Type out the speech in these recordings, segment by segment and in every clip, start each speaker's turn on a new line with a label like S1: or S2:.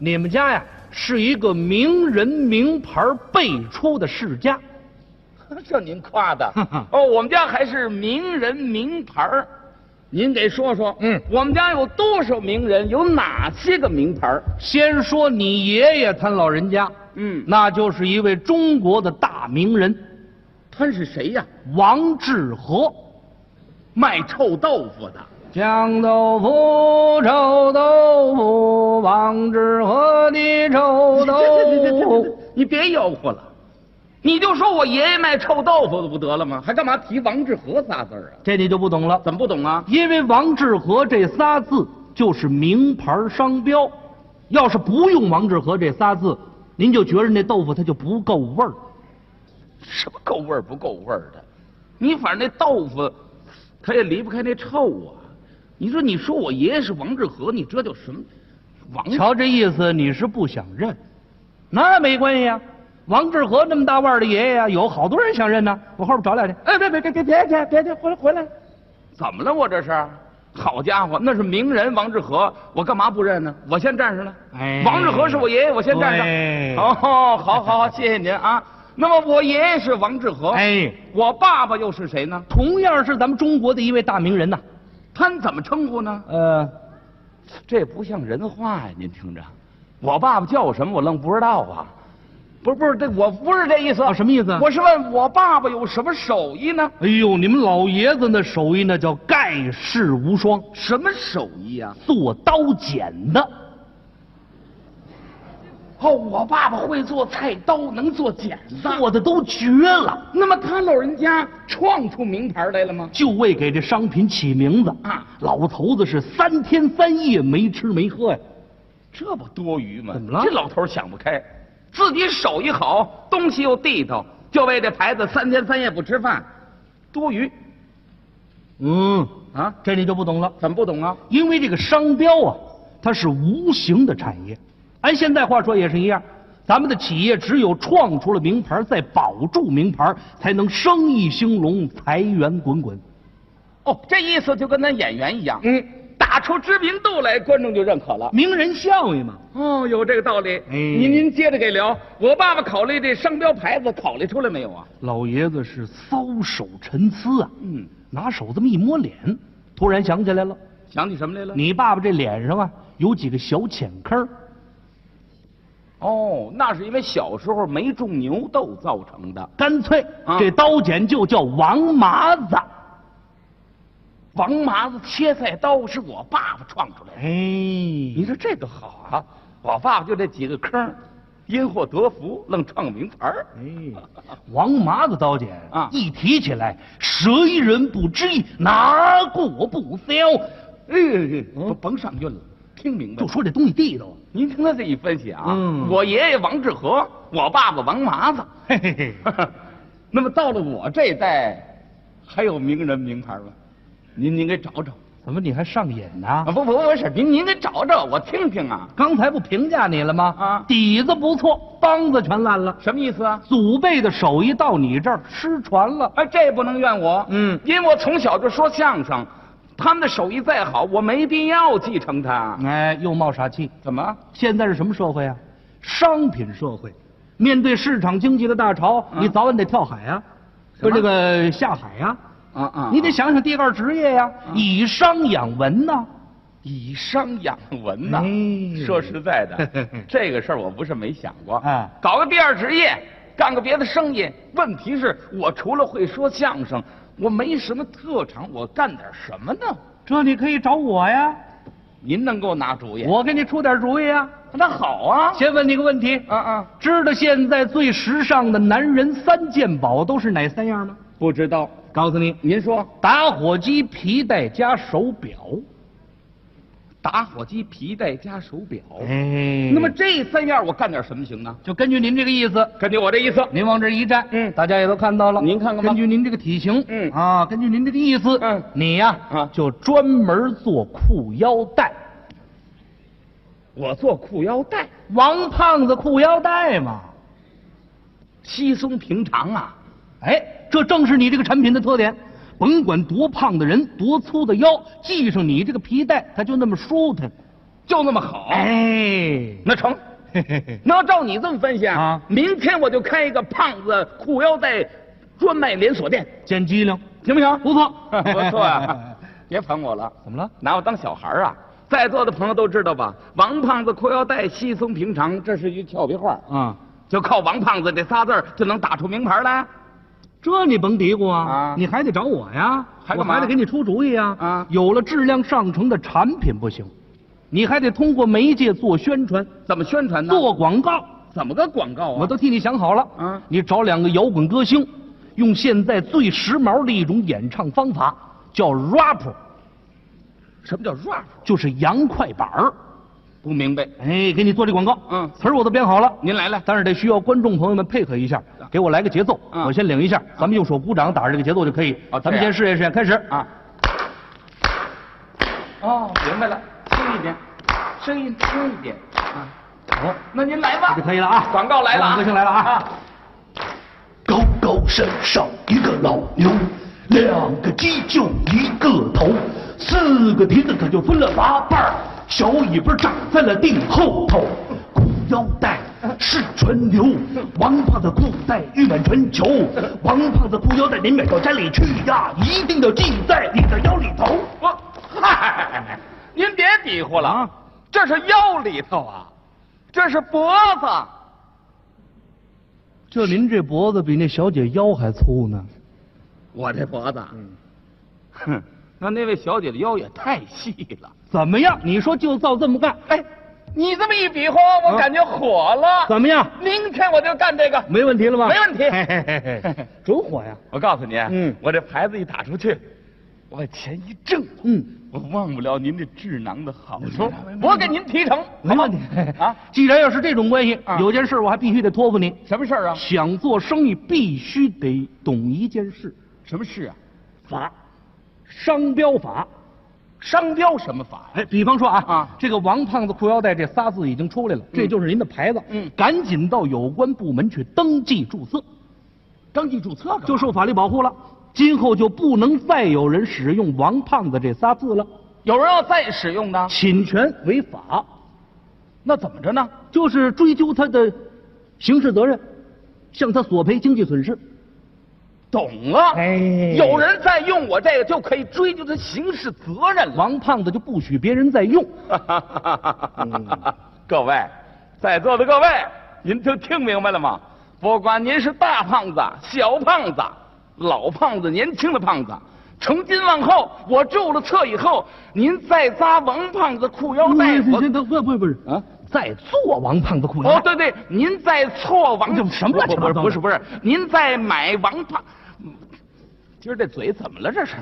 S1: 你们家呀是一个名人名牌辈出的世家，
S2: 这您夸的哦，我们家还是名人名牌儿您给说说，
S1: 嗯
S2: 我们家有多少名人，有哪些个名牌儿
S1: 先说你爷爷他老人家，
S2: 嗯
S1: 那就是一位中国的大名人
S2: 他是谁呀？
S1: 王致和。
S2: 卖臭豆腐的，
S1: 酱豆腐，臭豆腐，王致和的臭豆腐。
S2: 你别吆喝了，你就说我爷爷卖臭豆腐的不得了吗？还干嘛提王致和仨字儿啊？
S1: 这你就不懂了，
S2: 怎么不懂啊？
S1: 因为王致和这仨字就是名牌商标，要是不用王致和这仨字，您就觉着那豆腐它就不够味儿。
S2: 什么够味儿不够味儿的？你反正那豆腐，它也离不开那臭啊。你说，你说我爷爷是王致和，你这叫什么？王
S1: 瞧这意思，你是不想认？那没关系啊，王致和那么大腕儿的爷爷啊，有好多人想认呢、我后边找两去。
S2: 哎，别别别别别别别别，回来回来！怎么了？我这是？好家伙，那是名人王致和，我干嘛不认呢？我先站上来。
S1: 哎
S2: 王致和是我爷爷，我先站
S1: 对
S2: 上。哦，好好好，谢谢您啊。那么我爷爷是王致和，
S1: 哎，
S2: 我爸爸又是谁呢？
S1: 同样是咱们中国的一位大名人呐、
S2: 他怎么称呼呢？
S1: 呃，
S2: 这不像人话呀！您听着，我爸爸叫我什么，我愣不知道啊。不是不是，这我不是这意思。
S1: 啊什么意思
S2: 我是问我爸爸有什么手艺呢？
S1: 哎呦，你们老爷子那手艺那叫盖世无双，
S2: 什么手艺啊？
S1: 做刀剪的。
S2: 哦，我爸爸会做菜刀，能做剪子。
S1: 做的都绝了，
S2: 那么他老人家创出名牌来了吗？
S1: 就为给这商品起名字
S2: 啊
S1: 老头子是三天三夜没吃没喝呀，
S2: 这不多余吗
S1: 怎么了
S2: 这老头想不开，自己手艺好，东西又地道，就为这牌子三天三夜不吃饭，多余
S1: 嗯，
S2: 啊？
S1: 这你就不懂了，
S2: 怎么不懂啊？
S1: 因为这个商标啊，它是无形的产业，按现在话说也是一样，咱们的企业只有创出了名牌，再保住名牌，才能生意兴隆，财源滚滚。
S2: 哦，这意思就跟咱演员一样，
S1: 嗯，
S2: 打出知名度来，观众就认可了。
S1: 名人效应嘛，
S2: 哦，有这个道理。
S1: 哎
S2: 您您接着给聊。我爸爸考虑这商标牌子，考虑出来没有啊？
S1: 老爷子是搔首沉思啊，
S2: 嗯，
S1: 拿手这么一摸脸，突然想起来了。
S2: 想起什么来了？
S1: 你爸爸这脸上啊有几个小浅坑儿，
S2: 哦，那是因为小时候没种牛痘造成的。
S1: 干脆、
S2: 啊
S1: 这刀剪就叫王麻子。
S2: 王麻子切菜刀是我爸爸创出来的。
S1: 哎，
S2: 你
S1: 你
S2: 说这多好啊！我爸爸就这几个坑儿，因祸得福，愣创名牌儿。
S1: 哎，王麻子刀剪
S2: 啊
S1: 一提起来，舍一人不知一，哪过不消。
S2: 哎哎，哎甭上韵了，听明白
S1: 就
S2: 了。
S1: 说这东西地道啊，
S2: 您听他这一分析啊，
S1: 嗯
S2: 我爷爷王致和，我爸爸王麻子。
S1: 嘿嘿嘿，
S2: 那么到了我这一代，还有名人名牌吗？您您给找找
S1: 怎么你还上瘾呢、
S2: 啊！不不不是，您您给找找，我听听啊，
S1: 刚才不评价你了吗？
S2: 啊
S1: 底子不错，帮子全烂了。
S2: 什么意思啊？
S1: 祖辈的手艺到你这儿失传了。
S2: 哎，这不能怨我，
S1: 嗯
S2: 因为我从小就说相声，他们的手艺再好，我没必要继承它。
S1: 哎，又冒傻气。
S2: 怎么？
S1: 现在是什么社会啊？商品社会，面对市场经济的大潮，
S2: 嗯
S1: 你早晚得跳海啊，不
S2: 什么
S1: 是这个下海呀、
S2: 啊啊
S1: 你得想想第二职业呀、以商养文呐、
S2: 以商养文呐、
S1: 哎
S2: 说实 在的，这个事儿我不是没想过。
S1: 啊
S2: 搞个第二职业，干个别的生意。问题是我除了会说相声，我没什么特长，我干点什么呢？
S1: 这你可以找我呀，
S2: 您能给我拿主意？
S1: 我给你出点主意啊。
S2: 那好啊。
S1: 先问你个问题，
S2: 嗯嗯，
S1: 知道现在最时尚的男人三件宝都是哪三样吗？
S2: 不知道。
S1: 告诉你，
S2: 您说
S1: 打火机、皮带加手表。
S2: 打火机、皮带加手表，
S1: 哎
S2: 那么这三样我干点什么行呢？
S1: 就根据您这个意思，
S2: 根据我这意思，
S1: 您往这儿一站，
S2: 嗯
S1: 大家也都看到了。
S2: 您看看吧
S1: 根据您这个体型，
S2: 嗯
S1: 啊，根据您这个意思，
S2: 嗯
S1: 你呀、
S2: 啊
S1: 就专门做裤腰带，
S2: 我做裤腰带，
S1: 王胖子裤腰带嘛。
S2: 稀松平常啊。
S1: 哎，这正是你这个产品的特点。甭管多胖的人，多粗的腰，系上你这个皮带，它就那么舒坦。
S2: 就那么好，
S1: 哎，
S2: 那成。
S1: 嘿嘿嘿，
S2: 那要照你这么分析
S1: 啊
S2: 明天我就开一个胖子裤腰带专卖连锁店，
S1: 见机灵，
S2: 行不行？
S1: 不 错
S2: 不错啊， 别烦我了，
S1: 怎么了？
S2: 拿我当小孩儿啊！在座的朋友都知道吧，王胖子裤腰带稀松平常，这是一俏皮话儿，
S1: 啊，
S2: 就靠王胖子这仨字儿就能打出名牌来。
S1: 这你甭嘀咕啊，
S2: 啊
S1: 你还得找我呀，
S2: 还
S1: 我
S2: 干嘛
S1: 还得给你出主意啊。
S2: 啊
S1: 有了质量上乘的产品不行，你还得通过媒介做宣传、
S2: 怎么宣传呢？
S1: 做广告，
S2: 怎么个广告啊？
S1: 我都替你想好了。
S2: 啊
S1: 你找两个摇滚歌星，用现在最时髦的一种演唱方法，叫 rap，
S2: 什么叫 rap？
S1: 就是洋快板儿。
S2: 不明白。
S1: 哎，给你做这广告，
S2: 嗯
S1: 词儿我都编好了，
S2: 您来了，
S1: 但是得需要观众朋友们配合一下，给我来个节奏，
S2: 嗯
S1: 我先领一下，咱们用手鼓掌打着这个节奏就可以。
S2: 哦
S1: 咱们
S2: 这
S1: 先
S2: 样
S1: 试验试验，开始。
S2: 啊。哦，明白了，轻一点，声音轻一点啊。
S1: 好，
S2: 那您来吧
S1: 就可以了啊。
S2: 广告来了啊
S1: 摇滚歌星来了啊。
S3: 高高山上一个老牛，两个鸡就一个头，四个蹄子可就分了八瓣儿，小尾巴长在了腚后头。裤腰带是传流，王胖子裤带誉满全球。王胖子裤腰带，您买到家里去呀，一定要系在你的腰里头。
S2: 我，嗨，您别比划了
S1: 啊
S2: 啊，这是腰里头啊，这是脖子，
S1: 就您这脖子比那小姐腰还粗呢。
S2: 我这脖子，哼，嗯那那位小姐的腰也太细了。
S1: 怎么样？你说就照这么干？
S2: 哎，你这么一比划，我
S1: 啊
S2: 感觉火了。
S1: 怎么样？
S2: 明天我就干这个。
S1: 没问题了吧？
S2: 没问题
S1: 嘿嘿嘿嘿 准火呀！
S2: 我告诉你，
S1: 嗯
S2: 我这牌子一打出去，我把钱一挣，
S1: 嗯，
S2: 我忘不了您这智囊的 好处，我给您提成。
S1: 没问题
S2: 啊
S1: 既然要是这种关系，
S2: 啊
S1: 有件事我还必须得托付你。
S2: 什么事儿啊？
S1: 想做生意必须得懂一件事，
S2: 什么事啊？
S1: 法，商标法。
S2: 商标什么法呀、
S1: 哎，比方说啊，
S2: 啊
S1: 这个王胖子裤腰带这仨字已经出来了，这就是您的牌子，
S2: 嗯
S1: 赶紧到有关部门去登记注册，
S2: 登记注册干嘛
S1: 就受法律保护了。今后就不能再有人使用“王胖子”这仨字了，
S2: 有人要再使用呢，
S1: 侵权违法，
S2: 那怎么着呢？
S1: 就是追究他的刑事责任，向他索赔经济损失。
S2: 懂了，
S1: 哎
S2: 有人再用我这个，就可以追究他刑事责任了。
S1: 王胖子就不许别人再用。
S2: 各位，在座的各位，您都听明白了吗？不管您是大胖子、小胖子、老胖子、年轻的胖子，从今往后，我注了册以后，您再扎王胖子裤腰带，我
S1: 这不不不是
S2: 啊，
S1: 在做王胖子裤腰
S2: 哦，
S1: 带。
S2: 对对，您在错王
S1: 这什么乱七八糟的
S2: 不是不是不是，您在买王胖。今儿这嘴怎么了？这是，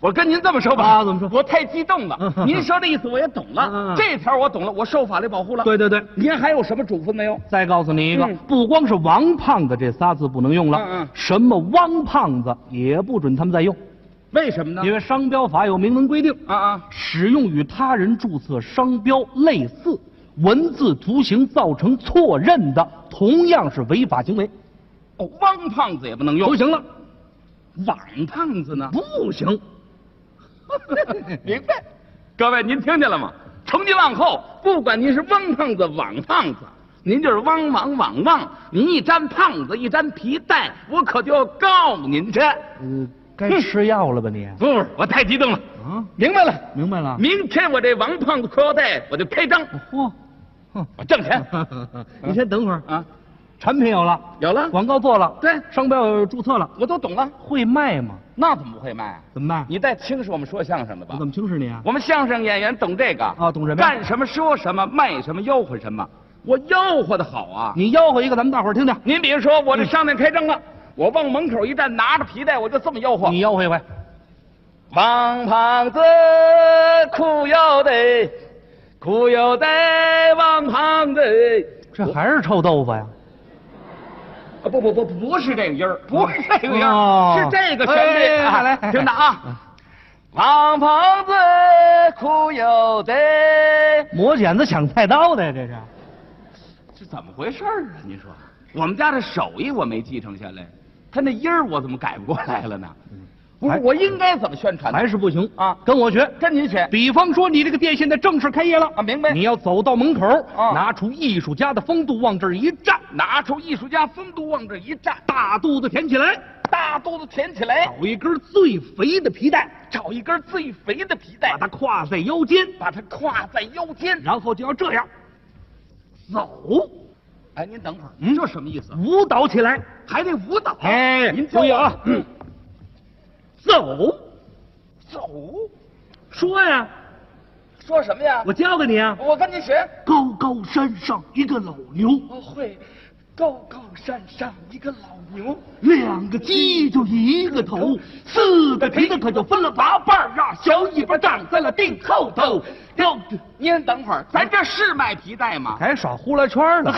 S2: 我跟您这么说吧，
S1: 啊怎么说
S2: 我太激动了。
S1: 嗯
S2: 您说这意思我也懂了，
S1: 嗯嗯嗯
S2: 这条我懂了，我受法律保护了。
S1: 对，对对。
S2: 您还有什么嘱咐没有？
S1: 再告诉你一个，
S2: 嗯
S1: 不光是王胖子这仨字不能用了，
S2: 嗯嗯
S1: 什么汪胖子也不准他们再用，
S2: 为什么呢？
S1: 因为商标法有明文规定，
S2: 啊啊，
S1: 使用与他人注册商标类似文字、图形造成错认的，同样是违法行为，
S2: 哦，汪胖子也不能用，
S1: 不行了，
S2: 网胖子呢？
S1: 不行。
S2: 明白。各位，您听见了吗？从今往后，不管您是汪胖子、网胖子，您就是汪网网旺，您一沾胖子，一沾皮带，我可就要告您去。
S1: 呃，该吃药了吧你？
S2: 不是，我太激动了。啊
S1: 啊，
S2: 明白了，
S1: 明白了。
S2: 明天我这王胖子裤腰带我就开张，
S1: 嚯，哼，
S2: 我挣 钱
S1: 啊你先等会儿，
S2: 啊！
S1: 产品有了，
S2: 有了，
S1: 广告做了，
S2: 对
S1: 商标注册了，
S2: 我都懂了，
S1: 会卖吗？
S2: 那怎么不会卖啊？
S1: 怎么办？
S2: 你再轻视我们说相声的吧
S1: 我？怎么轻视你啊？
S2: 我们相声演员懂这个
S1: 啊懂什么呀
S2: 干什么说什么，卖什么吆喝什么，我吆喝的好啊！
S1: 你吆喝一个，咱们大伙儿听听。
S2: 您比如说，我这商店开张了，我往门口一站，拿着皮带，我就这么吆喝：
S1: 你吆喝一回，
S2: 王胖子裤腰带，裤腰带王胖子。
S1: 这还是臭豆腐呀？
S2: 啊不不不，不是这个音儿，不是这个音
S1: 哦
S2: 儿，是这个旋律
S1: 哎
S2: 啊。
S1: 来来
S2: 听 着啊，王胖子裤腰带，
S1: 磨剪子抢菜刀的呀，这是。
S2: 这怎么回事儿啊？您说，我们家这手艺我没继承下来，他那音儿我怎么改不过来了呢？不
S1: 嗯
S2: 是
S1: 还
S2: 我应该怎么宣传呢？
S1: 还是不行
S2: 啊
S1: 跟我学。
S2: 跟您学？
S1: 比方说，你这个店现在正式开业了
S2: 啊明白
S1: 你要走到门口，
S2: 啊
S1: 拿出艺术家的风度往这儿一站，
S2: 拿出艺术家风度往这一站，
S1: 大肚子填起来，
S2: 大肚子填起来，
S1: 找一根最肥的皮带，
S2: 找一根最肥的皮带
S1: 把，嗯它挎在腰间，
S2: 把它挎在腰间。
S1: 然后就要这样走
S2: 哎，您等会儿，
S1: 嗯
S2: 这什么意思？
S1: 舞蹈起来。
S2: 还得舞蹈？啊
S1: 哎，
S2: 您教
S1: 注意
S2: 我
S1: 啊，嗯走
S2: 走，
S1: 说呀，
S2: 说什么呀？
S1: 我教给你啊。
S2: 我跟您学。
S3: 高高山上一个老牛，
S2: 我会，高高山上一个老牛，
S3: 两个鸡就一个头，四个蹄子可就分了八瓣儿啊！小尾巴长在了腚后头，掉。
S2: 您等会儿，咱这是卖皮带吗？
S3: 哎
S1: 还耍呼啦圈呢。